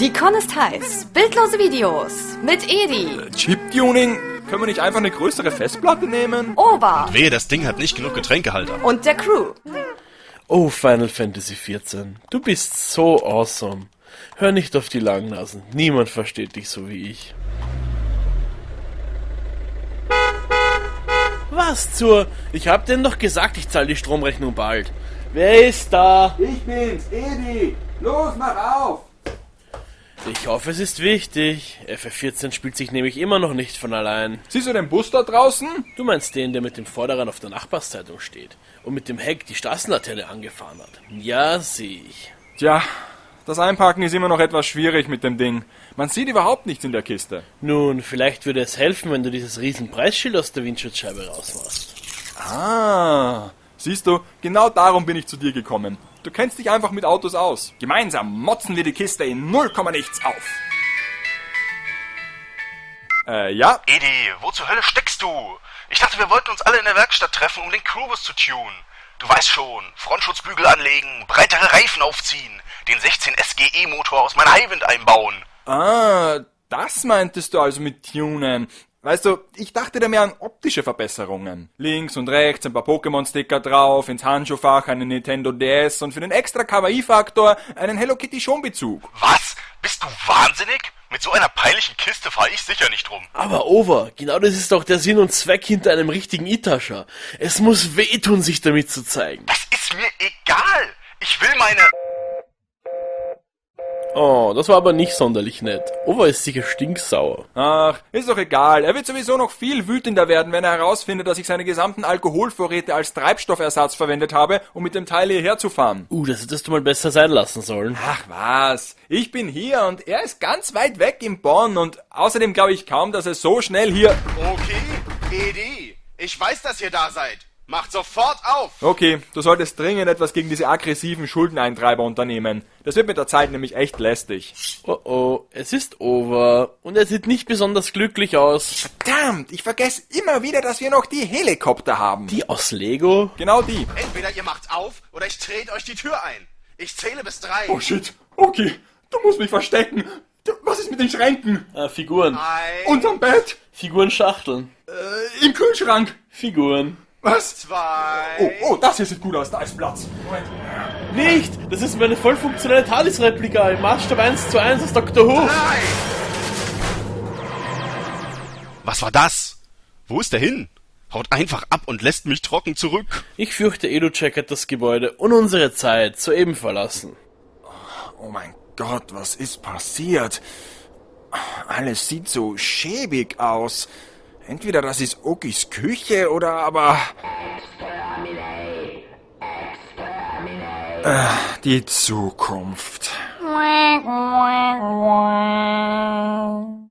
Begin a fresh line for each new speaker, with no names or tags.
Die Con ist heiß. Bildlose Videos mit Edi,
Chiptuning? Können wir nicht einfach eine größere Festplatte nehmen?
Ober
Wehe, das Ding hat nicht genug halt, Getränkehalter.
und der Crew.
Oh, Final Fantasy XIV, du bist so awesome. Hör nicht auf die Langnasen, niemand versteht dich so wie ich. Was zur... Ich hab dir doch gesagt, ich zahle die Stromrechnung bald. Wer ist da?
Ich bin's, Edi! Los, mach auf!
Ich hoffe, es ist wichtig. FF14 spielt sich nämlich immer noch nicht von allein.
Siehst du den Bus da draußen?
Du meinst den, der mit dem Vorderrad auf der Nachbarszeitung steht und mit dem Heck die Straßenlaterne angefahren hat? Ja, sehe ich.
Tja, das Einparken ist immer noch etwas schwierig mit dem Ding. Man sieht überhaupt nichts in der Kiste.
Nun, vielleicht würde es helfen, wenn du dieses riesen Preisschild aus der Windschutzscheibe rausmachst.
Ah, siehst du, genau darum bin ich zu dir gekommen. Du kennst dich einfach mit Autos aus. Gemeinsam motzen wir die Kiste in 0, nichts auf. Äh, ja,
Edi, wo zur Hölle steckst du? Ich dachte, wir wollten uns alle in der Werkstatt treffen, um den Cruise zu tunen. Du weißt schon, Frontschutzbügel anlegen, breitere Reifen aufziehen, den 16 SGE Motor aus meiner Highwind einbauen.
Ah, das meintest du also mit Tunen. Weißt du, ich dachte da mehr an optische Verbesserungen. Links und rechts ein paar Pokémon-Sticker drauf, ins Handschuhfach einen Nintendo DS und für den extra Kawaii-Faktor einen Hello Kitty Schonbezug.
Was? Bist du wahnsinnig? Mit so einer peinlichen Kiste fahre ich sicher nicht rum.
Aber Over, genau das ist doch der Sinn und Zweck hinter einem richtigen Itascha. Es muss wehtun, sich damit zu zeigen.
Das ist mir egal. Ich will meine...
Oh, das war aber nicht sonderlich nett. Over ist sicher stinksauer.
Ach, ist doch egal. Er wird sowieso noch viel wütender werden, wenn er herausfindet, dass ich seine gesamten Alkoholvorräte als Treibstoffersatz verwendet habe, um mit dem Teil hierher zu fahren.
Uh, das hättest du mal besser sein lassen sollen.
Ach was, ich bin hier und er ist ganz weit weg in Bonn und außerdem glaube ich kaum, dass er so schnell hier...
Okay, Edi, ich weiß, dass ihr da seid. Macht sofort auf!
Okay, du solltest dringend etwas gegen diese aggressiven Schuldeneintreiber unternehmen. Das wird mit der Zeit nämlich echt lästig.
Oh oh, es ist Over. Und er sieht nicht besonders glücklich aus.
Verdammt, ich vergesse immer wieder, dass wir noch die Helikopter haben.
Die aus Lego?
Genau die.
Entweder ihr macht auf oder ich trete euch die Tür ein. Ich zähle bis drei.
Oh, shit, okay, du musst mich verstecken. was ist mit den Schränken?
Äh, Figuren.
Ein,
Unterm Bett?
Figurenschachteln.
Im Kühlschrank?
Figuren.
Was?
zwei.
oh, das hier sieht gut aus, da ist Platz. Moment.
Nicht! Das ist meine voll funktionelle Talis-Replika im Maßstab 1 zu 1 aus Dr. Who.
Was war das? Wo ist der hin? Haut einfach ab und lässt mich trocken zurück.
Ich fürchte, EduCheck hat das Gebäude und unsere Zeit soeben verlassen.
Oh mein Gott, was ist passiert? Alles sieht so schäbig aus. Entweder das ist Okis Küche oder aber... Ach, die Äh, Zukunft.
Quack, quack, quack.